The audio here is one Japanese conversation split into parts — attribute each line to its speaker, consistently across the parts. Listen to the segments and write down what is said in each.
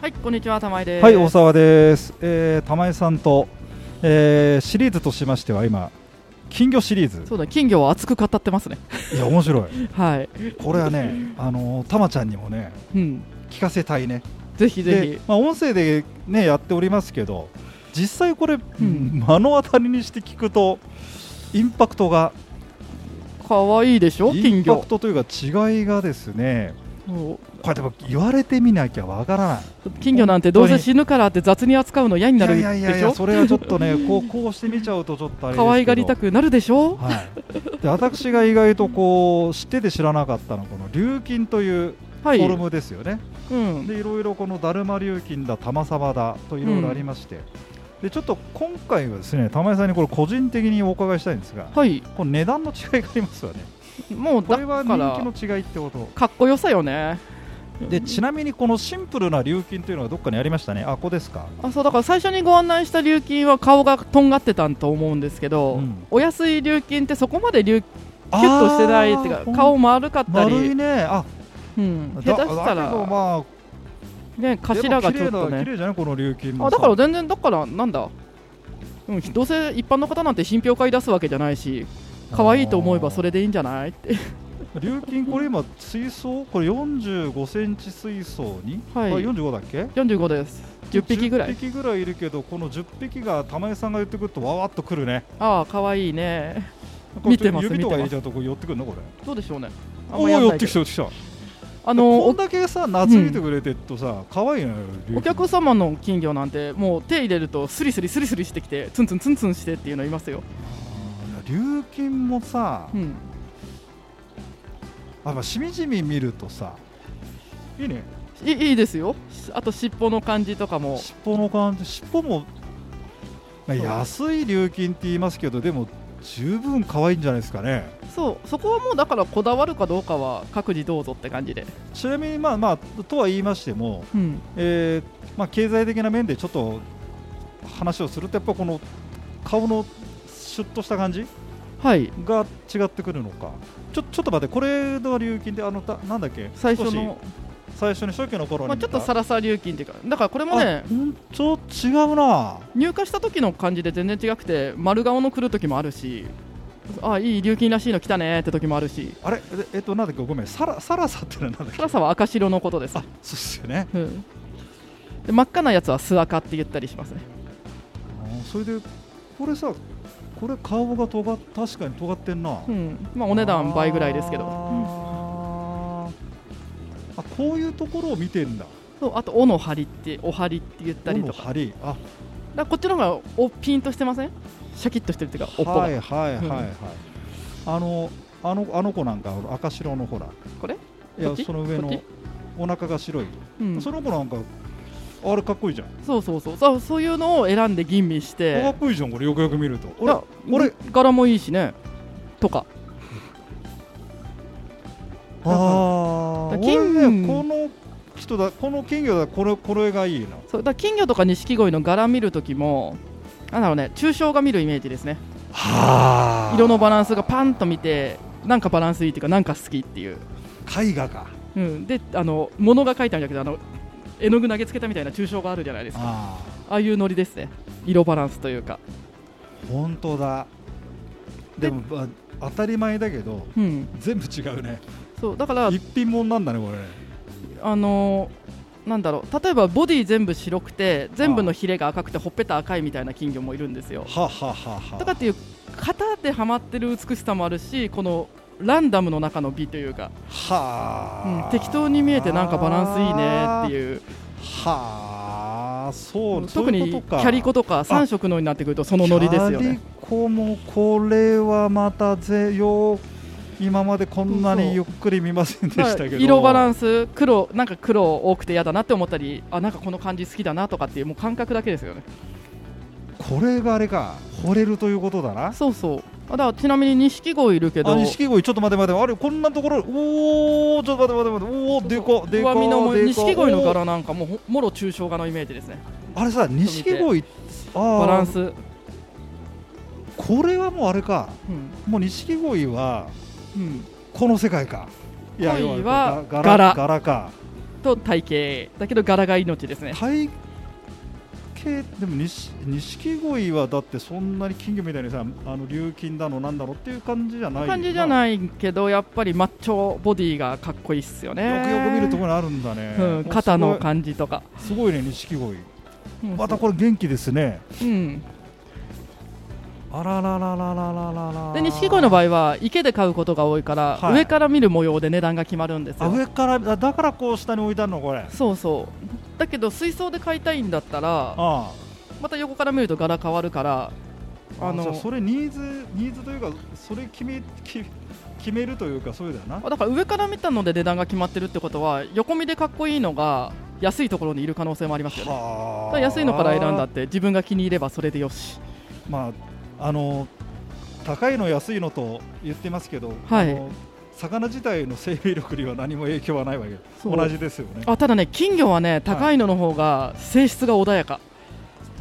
Speaker 1: はい、こんにちは、玉井です。
Speaker 2: はい、大沢です。えー、玉井さんと、えー、シリーズとしましては今金魚シリーズ。
Speaker 1: そうだ、金魚を熱く語ってますね。
Speaker 2: いや面白い。
Speaker 1: はい、
Speaker 2: これはね、あのー玉ちゃんにもね
Speaker 1: うん、
Speaker 2: 聞かせたいね。
Speaker 1: ぜひぜ
Speaker 2: で、まあ音声でねやっておりますけど、実際これ、
Speaker 1: ん
Speaker 2: 目の当たりにして聞くとインパクトが
Speaker 1: ひ、可愛いでしょ
Speaker 2: イ
Speaker 1: 金
Speaker 2: ンパク
Speaker 1: 魚。
Speaker 2: トというか違いがですね。
Speaker 1: も
Speaker 2: これでも言われてみなきゃわからない。
Speaker 1: う金魚なんて、どうせ死ぬからって雑に扱うの嫌になる
Speaker 2: い
Speaker 1: でし
Speaker 2: やいやいや
Speaker 1: ょ
Speaker 2: それはちょっとねこうこうしてみちゃうとちょっとあれですけど。
Speaker 1: 可愛がりたくなるでしょ
Speaker 2: はい、で私が意外とこう知ってて知らなかったのはこの琉金というフ
Speaker 1: はい、
Speaker 2: ォル
Speaker 1: う
Speaker 2: ムですよね、
Speaker 1: ん、
Speaker 2: でいろいろこのだるま琉金だ玉様だといろいろありまして、でちょっと今回はですね玉井さんにこれ個人的にお伺いしたいんですが
Speaker 1: はい、
Speaker 2: この値段の違いがありますよね
Speaker 1: もう
Speaker 2: こ
Speaker 1: だ
Speaker 2: れは
Speaker 1: か
Speaker 2: 人
Speaker 1: ら、
Speaker 2: 気の違いってこと
Speaker 1: かっこよさよね。
Speaker 2: でちなみにこのシンプルな琉金というのがどっかにありましたねあここですか
Speaker 1: あそうだから最初にご案内した琉金は顔がとんがってたんと思うんですけど、
Speaker 2: うん
Speaker 1: お安い琉金ってそこまで琉キ
Speaker 2: キ
Speaker 1: ュッとしてないっていうか顔丸かった
Speaker 2: 丸い
Speaker 1: り、
Speaker 2: ねあ
Speaker 1: うん、
Speaker 2: だ
Speaker 1: 下手した
Speaker 2: だけど
Speaker 1: ら、
Speaker 2: まあ
Speaker 1: ね、頭がちょっと
Speaker 2: でも綺麗だ
Speaker 1: ね
Speaker 2: 綺麗じゃないこの琉金の
Speaker 1: あ
Speaker 2: さ
Speaker 1: だから全然だからなんだ、うん、どうせ一般の方なんて品評会出すわけじゃないし可愛いと思えばそれでいいんじゃないって
Speaker 2: 琉金これ今水槽これ45センチ水槽に、
Speaker 1: はい
Speaker 2: これ45だっけ
Speaker 1: 45です10匹ぐら
Speaker 2: 10
Speaker 1: い
Speaker 2: 匹ぐらいいるけどこの10匹が玉井さんが言ってくるとわわっとくるね
Speaker 1: ああ可愛いね
Speaker 2: これちょ
Speaker 1: 見て
Speaker 2: っと
Speaker 1: ます
Speaker 2: 指とか
Speaker 1: 見てます
Speaker 2: 入れちゃうとこう寄ってくるのこれ
Speaker 1: どうでしょうねあん
Speaker 2: お
Speaker 1: ま
Speaker 2: お
Speaker 1: やん
Speaker 2: 寄
Speaker 1: な
Speaker 2: っ
Speaker 1: い
Speaker 2: て
Speaker 1: け
Speaker 2: き
Speaker 1: ど
Speaker 2: た寄ってきた
Speaker 1: あの
Speaker 2: こん
Speaker 1: お
Speaker 2: だけさ懐いてくれてるとさ可愛いのよ琉
Speaker 1: お客様の金魚なんてもう手入れるとスリスリスリスリしてきてツンツンツンツンしてっていうのいますよ、
Speaker 2: あー琉金もさ、
Speaker 1: うん、
Speaker 2: あまあしみじみ見るとさいいね
Speaker 1: いいいですよあと尻尾の感じとかも
Speaker 2: 尻尾の感じ尻尾も、
Speaker 1: そ
Speaker 2: まあ
Speaker 1: う
Speaker 2: 安い琉金って言いますけどでも十分可愛いんじゃないですかね
Speaker 1: そうそこはもうだからこだわるかどうかは各自どうぞって感じで、
Speaker 2: ちなみにまあまあとは言いましても、
Speaker 1: うん、
Speaker 2: えーまあ、経済的な面でちょっと話をするとやっぱこの顔のシュッとした感じ
Speaker 1: はい
Speaker 2: が違ってくるのかちょちょっと待ってこれが琉金であのたなんだっけ
Speaker 1: 最初
Speaker 2: 少し
Speaker 1: の
Speaker 2: 最初に初期の頃に
Speaker 1: まあ、
Speaker 2: 見
Speaker 1: ちょ
Speaker 2: た
Speaker 1: っとサラサラ流金っていうかだからこれも
Speaker 2: あ
Speaker 1: ね
Speaker 2: 本当違うな
Speaker 1: 入荷した時の感じで全然違くて丸顔の来る時もあるしあいい流金らしいの来たねって時もあるし
Speaker 2: あれええっとなんだっけごめんサラサラサってのはなんだっけ
Speaker 1: 辛さは赤白のことです
Speaker 2: あ、そうっすよね
Speaker 1: うん、で真っ赤なやつは酢赤って言ったりしますね
Speaker 2: あーそれでこれさこれ顔が尖っ確かに尖ってんな、
Speaker 1: うんまあお値段倍ぐらいですけど
Speaker 2: あ
Speaker 1: うん
Speaker 2: ーあこういうところを見てんだ
Speaker 1: そうあと「お」の張りって「お張り」って言ったりと
Speaker 2: 尾
Speaker 1: か
Speaker 2: の張りあ
Speaker 1: だからこっちの方がおピンとしてませんシャキッとしてるっていうかおっぽが、
Speaker 2: はいはいはいはい、
Speaker 1: うん
Speaker 2: あのあのあの子なんかほら赤白のほら
Speaker 1: これ
Speaker 2: い
Speaker 1: こ
Speaker 2: や
Speaker 1: っち
Speaker 2: その上
Speaker 1: こっ
Speaker 2: の
Speaker 1: ち
Speaker 2: お腹が白い、
Speaker 1: うん、
Speaker 2: その子なんかあれかっこいいじゃん、
Speaker 1: そうそうそうそうそういうのを選んで吟味して
Speaker 2: かっこいいじゃんこれよくよく見ると
Speaker 1: いや
Speaker 2: 俺俺
Speaker 1: 柄もいいしねとか
Speaker 2: あ
Speaker 1: だ
Speaker 2: あ
Speaker 1: から金
Speaker 2: ねこの人だこの金魚だこれこれがいいな
Speaker 1: そうだから金魚とか錦鯉の柄見るときもなんだろうね抽象画見るイメージですね
Speaker 2: は
Speaker 1: 色のバランスがパンと見てなんかバランスいいっていうかなんか好きっていう、
Speaker 2: 絵画か
Speaker 1: うん、であの物が書いてあるんじゃなくてあの絵の具投げつけたみたいな抽象があるじゃないですか
Speaker 2: あ
Speaker 1: ああいうノリですね色バランスというか、
Speaker 2: あ本当だで
Speaker 1: で
Speaker 2: も、まあ当たり前だけど
Speaker 1: うん、
Speaker 2: 全部違うね
Speaker 1: そうだから
Speaker 2: 一品もんなんだねこれね
Speaker 1: あのなんだろう例えばボディ全部白くて全部のヒレが赤くてほっぺた赤いみたいな金魚もいるんですよ
Speaker 2: はあはあはあはあ
Speaker 1: とかっていう型ではまってる美しさもあるしこのランダムの中の美というか、うん
Speaker 2: はあ、
Speaker 1: 適当に見えてなんかバランスいいねってい
Speaker 2: う
Speaker 1: う
Speaker 2: はあそう
Speaker 1: 特
Speaker 2: そういう
Speaker 1: に
Speaker 2: こ
Speaker 1: キ
Speaker 2: とか
Speaker 1: ャリコとか3色のになってくるとそのノリですよ
Speaker 2: キャリ
Speaker 1: ね
Speaker 2: コもこれはまたぜよ今までこんな
Speaker 1: そう
Speaker 2: にゆっくり見ませんで
Speaker 1: だ
Speaker 2: し
Speaker 1: か
Speaker 2: た
Speaker 1: ら
Speaker 2: けど
Speaker 1: 色バラ
Speaker 2: ン
Speaker 1: ンス黒なんか黒多くて嫌だなって思ったりあなんかこの感じ好きだなとかっていうもう感覚だけですよね
Speaker 2: これがあれか惚れるということだな
Speaker 1: そうそうあだからちなみに錦鯉いるけ
Speaker 2: あ
Speaker 1: ど
Speaker 2: 錦鯉ちょっと待て待てあれこんなところおおちょっと待て待て待ておおでかでか
Speaker 1: 上身のも
Speaker 2: でか
Speaker 1: 錦鯉の
Speaker 2: おー
Speaker 1: 柄なんかもうほもろ抽象画のイメージですね
Speaker 2: あれさ錦鯉あー
Speaker 1: バランス、うん
Speaker 2: これはもうあれかもう錦鯉は
Speaker 1: うん、
Speaker 2: この世界かい
Speaker 1: 鯉は
Speaker 2: 要
Speaker 1: 柄
Speaker 2: 柄か
Speaker 1: とと体型だけど柄が命ですね
Speaker 2: 体型でも錦錦鯉はだってそんなに金魚みたいにさあの琉金だのなんだろうっていう感じじゃない
Speaker 1: 感じじゃ
Speaker 2: い
Speaker 1: ないけどやっぱりマッチョボディがかっこいいっすよね
Speaker 2: よくよく見るところにあるんだね、
Speaker 1: うん、肩の感じとか
Speaker 2: すごいすごいね錦鯉
Speaker 1: うん
Speaker 2: またこれ元気ですね
Speaker 1: うん
Speaker 2: あらららららららら
Speaker 1: で錦鯉の場合は池で買うことが多いから、
Speaker 2: はい
Speaker 1: 上から見る模様で値段が決まるんです
Speaker 2: あ
Speaker 1: よ
Speaker 2: 上からあだからこう下に置いてあるのこれあ
Speaker 1: そうそうだけど水槽で買いたいんだったら
Speaker 2: あ
Speaker 1: また横から見ると柄変わるから
Speaker 2: あ
Speaker 1: あ
Speaker 2: の
Speaker 1: の
Speaker 2: それニーズニーズというかそれ決めき決めるというかそうだよ な
Speaker 1: あだから上から見たので値段が決まってるってことは横見でかっこいいのが安いところにいる可能性もありますよねだ
Speaker 2: は
Speaker 1: から安いのから選んだって自分が気に入ればそれでよし
Speaker 2: まああの高いの安いのと言ってますけど、
Speaker 1: はい
Speaker 2: あの魚自体の生命力には何も影響はないわけ
Speaker 1: そう
Speaker 2: 同じですよね
Speaker 1: あただね金魚はね高いのの方が性質が穏やか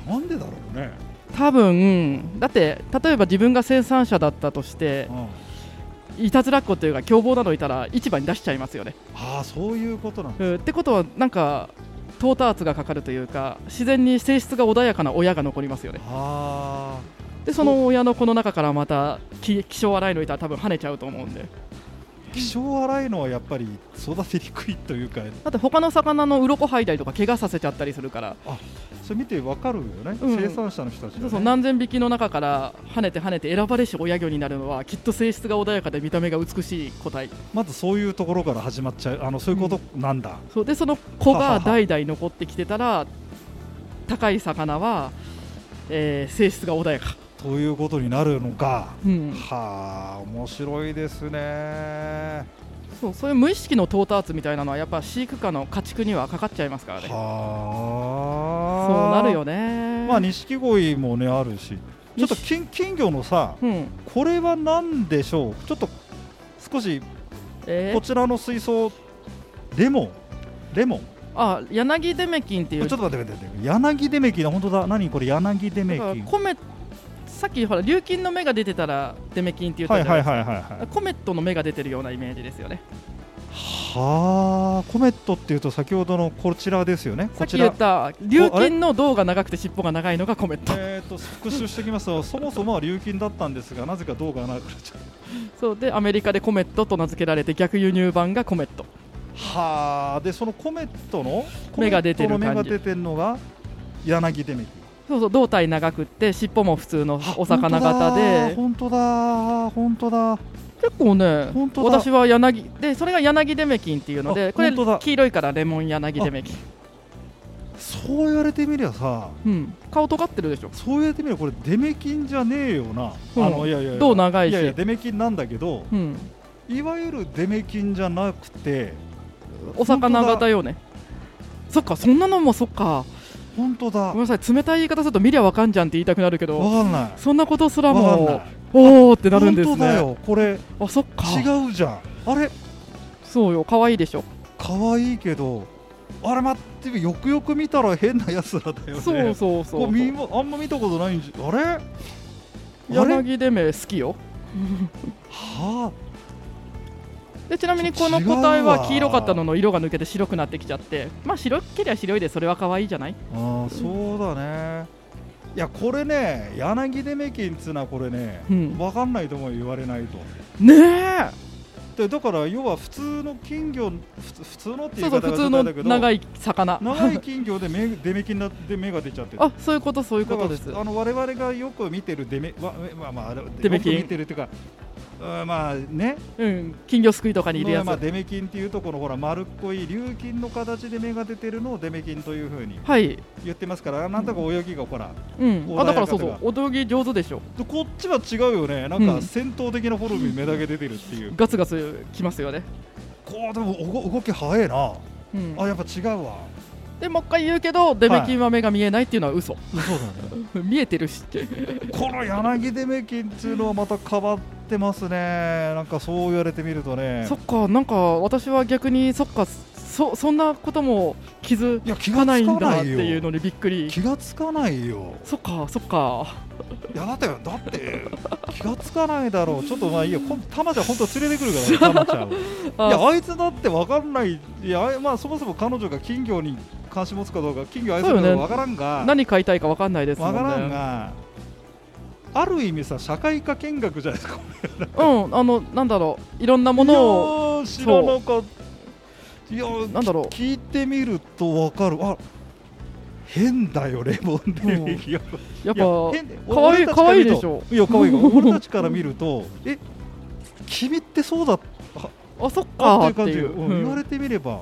Speaker 2: なんでだろうね、
Speaker 1: 多分だって例えば自分が生産者だったとして
Speaker 2: うん
Speaker 1: いたずらっ子というか凶暴なのいたら市場に出しちゃいますよね、
Speaker 2: ああそういうことなんだ
Speaker 1: うんってことはなんか到達がかかるというか自然に性質が穏やかな親が残りますよね
Speaker 2: あ
Speaker 1: でその親の子の中からまた気気性荒いのいたら多分跳ねちゃうと思うんで
Speaker 2: あ気性荒いのはやっぱり育てにくいというか
Speaker 1: だって他の魚の鱗剥いだりとか怪我させちゃったりするから、
Speaker 2: それ見てわかるよね、
Speaker 1: うん
Speaker 2: 生産者の人たちがね、
Speaker 1: そうそう何千匹の中から跳ねて跳ねて選ばれし親魚になるのはきっと性質が穏やかで見た目が美しい個体
Speaker 2: まずそういうところから始まっちゃうあのそういうことなんだ、
Speaker 1: そうでその子
Speaker 2: ははは
Speaker 1: が代々残ってきてたら高い魚は、えー性質が穏やか、
Speaker 2: ということになるのか、
Speaker 1: うん、
Speaker 2: はあ面白いですね
Speaker 1: そうそういう無意識の到達みたいなのはやっぱ飼育下の家畜にはかかっちゃいますからね
Speaker 2: はあ
Speaker 1: そうなるよね
Speaker 2: まあ錦鯉もねあるしちょっと
Speaker 1: 錦
Speaker 2: 金金魚のさ
Speaker 1: うん
Speaker 2: これは何でしょうちょっと少し
Speaker 1: え
Speaker 2: こ
Speaker 1: ー、
Speaker 2: ちらの水槽レモンレモン
Speaker 1: あ柳デメキンってい
Speaker 2: ちょ
Speaker 1: う
Speaker 2: っと待って待って待って柳デメキンだ本当だ何これ柳デメ
Speaker 1: だ
Speaker 2: キ
Speaker 1: から
Speaker 2: ン
Speaker 1: コメさっきほら琉金の芽が出てたらデメキンって言っ
Speaker 2: は
Speaker 1: た
Speaker 2: い
Speaker 1: じゃな
Speaker 2: はい
Speaker 1: で
Speaker 2: い
Speaker 1: すか、
Speaker 2: はいはいはい
Speaker 1: コメットの芽が出てるようなイメージですよね
Speaker 2: はあコメットっていうと先ほどのこちらですよね
Speaker 1: さ
Speaker 2: こ
Speaker 1: っき
Speaker 2: ち
Speaker 1: 言
Speaker 2: ら
Speaker 1: った琉金の胴が長くて尻尾が長いのがコメット
Speaker 2: えー、と復習しておきます と、そもそもは琉金だったんですが、なぜか銅がなくなっちゃう。
Speaker 1: そうでアメリカでコメットと名付けられて逆輸入版がコメット
Speaker 2: はあ、で、そのコメットの、
Speaker 1: 芽が出てる
Speaker 2: コメット
Speaker 1: 感
Speaker 2: の芽
Speaker 1: じ
Speaker 2: が出てるのが、柳デメキン。
Speaker 1: そうそう胴体長くって尻尾も普通のお魚型
Speaker 2: あ
Speaker 1: で
Speaker 2: 本当だ、本当だ、
Speaker 1: 結構ね
Speaker 2: 本当だ
Speaker 1: 私は柳でそれが柳デメキンっていうの
Speaker 2: あ
Speaker 1: でこれ
Speaker 2: 本当だ
Speaker 1: 黄色いからレモン柳デメキン、
Speaker 2: そう言われてみりゃさ、
Speaker 1: うん、顔尖ってるでしょ
Speaker 2: そう言われてみりゃ、これ、デメキンじゃねえよな、
Speaker 1: うん
Speaker 2: あのいやいやいや、
Speaker 1: 胴長いし
Speaker 2: やいや、デメキンなんだけど、
Speaker 1: うん
Speaker 2: いわゆるデメキンじゃなくて、
Speaker 1: お魚型よねそっかそんなのもそっか
Speaker 2: 本当だ、
Speaker 1: ご
Speaker 2: わ
Speaker 1: めんなさい冷たい言い方すると見りゃわかんじゃんって言いたくなるけど
Speaker 2: かんない、
Speaker 1: そんなことすら
Speaker 2: わかんな
Speaker 1: も
Speaker 2: い、
Speaker 1: おーってなるんですね
Speaker 2: 本当だよ、これ、
Speaker 1: あそっか
Speaker 2: 違うじゃん、あれ
Speaker 1: そうよ可愛いでしょ、
Speaker 2: 可愛いけどあれ待ってよくよく見たら変なやつらだよね
Speaker 1: そうそうそう
Speaker 2: こう見もあんま見たことないんじあれあれは
Speaker 1: 柳でめ好きよ
Speaker 2: あ
Speaker 1: でちなみにこの個体は黄色かったのの色が抜けて白くなってきちゃってまあ白っけりゃ白いでそれは可愛いじゃない
Speaker 2: あーそうだねいやこれね柳デメキンっつうのはこれね、
Speaker 1: うん
Speaker 2: 分かんないと思うよ言われないと
Speaker 1: ねえ
Speaker 2: でだから要は普通の金魚ふつ普通のって
Speaker 1: そ
Speaker 2: いう
Speaker 1: そう
Speaker 2: う言い
Speaker 1: 普
Speaker 2: 方
Speaker 1: 通の
Speaker 2: がちょっとあれだけど
Speaker 1: 長い魚
Speaker 2: 長い金魚で目デメキンだって目が出ちゃってる
Speaker 1: あそういうことそういう
Speaker 2: だ
Speaker 1: こ
Speaker 2: から
Speaker 1: とです
Speaker 2: あの我々がよく見てるデメわまあまああれ
Speaker 1: デメキン
Speaker 2: よく見てるっていうかうんまあね
Speaker 1: うん金魚すくいとかにいるやつ、
Speaker 2: まあデメキンっていうとこのほら丸っこい琉金の形で芽が出てるのをデメキンというふうに
Speaker 1: はい
Speaker 2: 言ってますからなんだか泳ぎがほら、
Speaker 1: うんあだからそうそ
Speaker 2: 穏や
Speaker 1: うお泳ぎ上手でしょ
Speaker 2: でこっちは違うよねなん
Speaker 1: う
Speaker 2: か
Speaker 1: ん
Speaker 2: 戦闘的なフォルムに目だけ出てるっていう、
Speaker 1: ガツガツきますよね
Speaker 2: こうでも動動き早いな
Speaker 1: うん
Speaker 2: あやっぱ違うわ
Speaker 1: でもう一回言うけどデメキンは目が見えないっていうのは嘘、
Speaker 2: 嘘だね
Speaker 1: 見えてるしって
Speaker 2: この柳デメキンっていうのはまた変わってますねなんかそう言われてみるとね
Speaker 1: そっかなんか私は逆にそっかすそそんなことも気づ
Speaker 2: いや気
Speaker 1: か
Speaker 2: が
Speaker 1: ない
Speaker 2: つ
Speaker 1: ん
Speaker 2: か
Speaker 1: だっ
Speaker 2: な
Speaker 1: て
Speaker 2: い
Speaker 1: いう
Speaker 2: よ
Speaker 1: のにびっくり
Speaker 2: 気がつかないよ
Speaker 1: そっかそっか
Speaker 2: いやだってだって気がつかないだろうちょっとまあいいよ今度タマちゃん本当連れてくるからねタマちゃんを
Speaker 1: あ
Speaker 2: いやあいつだって分かんないいやあいまあそもそも彼女が金魚に関心持つかどうか金魚愛するかどうか分からんが、
Speaker 1: 何買いたいかわかんないですも
Speaker 2: 分
Speaker 1: ん
Speaker 2: からん
Speaker 1: ね
Speaker 2: がある意味さ社会科見学じゃないですか
Speaker 1: うんあのなんだろういろんなものを
Speaker 2: いやー知らなかったいやー
Speaker 1: なんだろう
Speaker 2: き聞いてみると分かるあ変だよレモンっていう意味が
Speaker 1: やっ
Speaker 2: いや
Speaker 1: ぱ
Speaker 2: 変
Speaker 1: 可愛い
Speaker 2: 俺たちから見ると
Speaker 1: 可愛い
Speaker 2: いや可愛いが俺たちから見るとえ君ってそうだ
Speaker 1: あそっ
Speaker 2: あ
Speaker 1: か
Speaker 2: っ
Speaker 1: って
Speaker 2: いう感じ
Speaker 1: ていう、
Speaker 2: うん
Speaker 1: うん
Speaker 2: 言わ
Speaker 1: だ
Speaker 2: れてみれば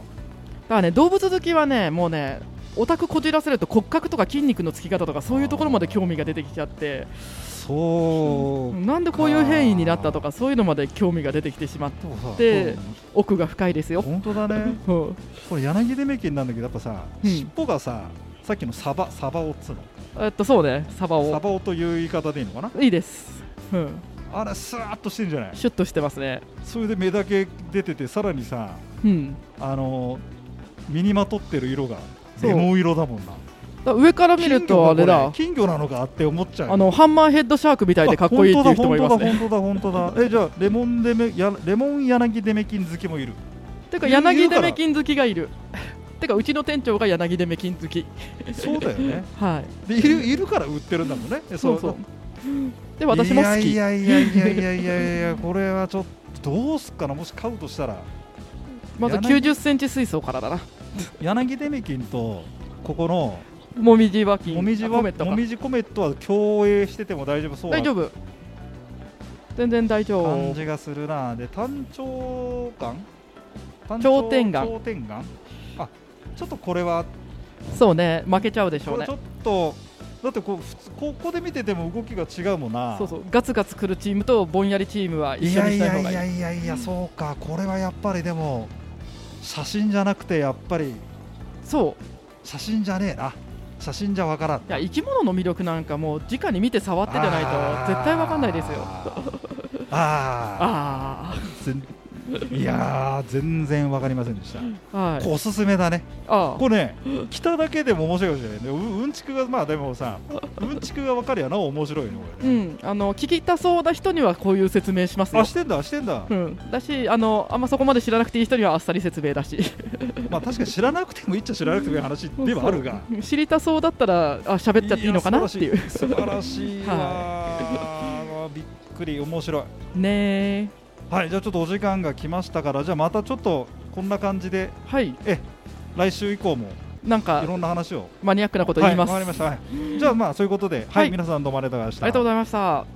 Speaker 1: からね動物好きはねもうねオタクこじらせると骨格とか筋肉のつき方とかそういうところまで興味が出てきちゃって
Speaker 2: そう
Speaker 1: なんでこういう変異になったとかそういうのまで興味が出てきてしまって
Speaker 2: でもさ
Speaker 1: で
Speaker 2: こ
Speaker 1: 奥が深いです
Speaker 2: れ
Speaker 1: よ、
Speaker 2: 本当だね
Speaker 1: うん
Speaker 2: これ柳出目県なんだけどやっぱさ、
Speaker 1: うん
Speaker 2: 尻尾がささっきのサバサバオっつうの
Speaker 1: えっとそうねサバ
Speaker 2: サ
Speaker 1: を
Speaker 2: バオという言い方でいいのかない
Speaker 1: いです、うん、
Speaker 2: あれスラーっとしてんじゃない
Speaker 1: シュッとしてますね
Speaker 2: それで目だけ出ててさらにさ
Speaker 1: うん
Speaker 2: あの身にまとってる色が
Speaker 1: そう
Speaker 2: レモン色だもんな
Speaker 1: だ上から見るとあれだ
Speaker 2: 金魚なのかって思っちゃうよ
Speaker 1: あのハンマーヘッドシャークみたいでかっこいいっていう人もいます ね
Speaker 2: あ本当だ本当だ本当だえじゃあレモンデメやレモン柳デメキン好きもいる
Speaker 1: てか
Speaker 2: いるから
Speaker 1: 柳出目金好きがい るてかうちの店長が柳出目金好き
Speaker 2: そうだよね
Speaker 1: はい
Speaker 2: でいるいるから売ってるんだもんね
Speaker 1: そうそうで私も好き
Speaker 2: いやいやいやいやいやいやいやこれはちょっとどうすっかなもし買うとしたら
Speaker 1: まず9 0センチ水槽からだな
Speaker 2: 柳デメキンとここの
Speaker 1: もみじは金
Speaker 2: もみじ
Speaker 1: あ
Speaker 2: は
Speaker 1: コメットか
Speaker 2: もみじコメットは競泳してても大丈夫そうな
Speaker 1: 大丈夫全然大丈
Speaker 2: 感
Speaker 1: 夫
Speaker 2: じがするなで単調感単
Speaker 1: 頂点眼
Speaker 2: 頂点眼あちょっとこれは
Speaker 1: そうね負けちゃうでしょ
Speaker 2: こ
Speaker 1: うね
Speaker 2: れちょっとだってこう普通ここで見てても動きが違うもんな
Speaker 1: そうそうガツガツくるチームとぼんやりチームは一
Speaker 2: い
Speaker 1: 緒
Speaker 2: や
Speaker 1: にし
Speaker 2: い
Speaker 1: た
Speaker 2: や
Speaker 1: い方
Speaker 2: い
Speaker 1: がいい
Speaker 2: やいやいやそうかこれはやっぱりでも写真じゃなくてやっぱり
Speaker 1: そう
Speaker 2: 写真じゃねえな写真じゃわからん
Speaker 1: いや生き物の魅力なんかもう直に見て触ってじゃないと絶対わかんないですよ
Speaker 2: あ
Speaker 1: あ
Speaker 2: ーあーぜんいやー全然わかりませんでした
Speaker 1: あはい
Speaker 2: こうおすすめだね
Speaker 1: あ
Speaker 2: これね来ただけでも面白いかもしれないねううんちくがまあでもさうんちくが分かるやなお面白いねこ
Speaker 1: あ
Speaker 2: れ
Speaker 1: う
Speaker 2: ね、
Speaker 1: んあの聞きたそうな人にはこういう説明しますよ
Speaker 2: あしてんだしてんだ、
Speaker 1: うん、だしあのあんまそこまで知らなくていい人にはあっさり説明だし
Speaker 2: まあ確かに知らなくてもいいっちゃ知らなくてもいい話ではあるが
Speaker 1: 知りたそうだったらあ喋っちゃっていいのかなっていう
Speaker 2: や素晴らしい素晴らしいわ、わあびっくり面白い
Speaker 1: ねえ
Speaker 2: はいじゃあちょっとお時間が来ましたからじゃあまたちょっとこんな感じで
Speaker 1: はい
Speaker 2: 来週以降も
Speaker 1: なん
Speaker 2: い
Speaker 1: か
Speaker 2: ろんな話を
Speaker 1: マニアックなこと言います、
Speaker 2: はい、わかりま
Speaker 1: あ
Speaker 2: した、はいじゃあまあそういうことではい、
Speaker 1: はい
Speaker 2: 皆さんどうもありがとうございました
Speaker 1: りがとうございました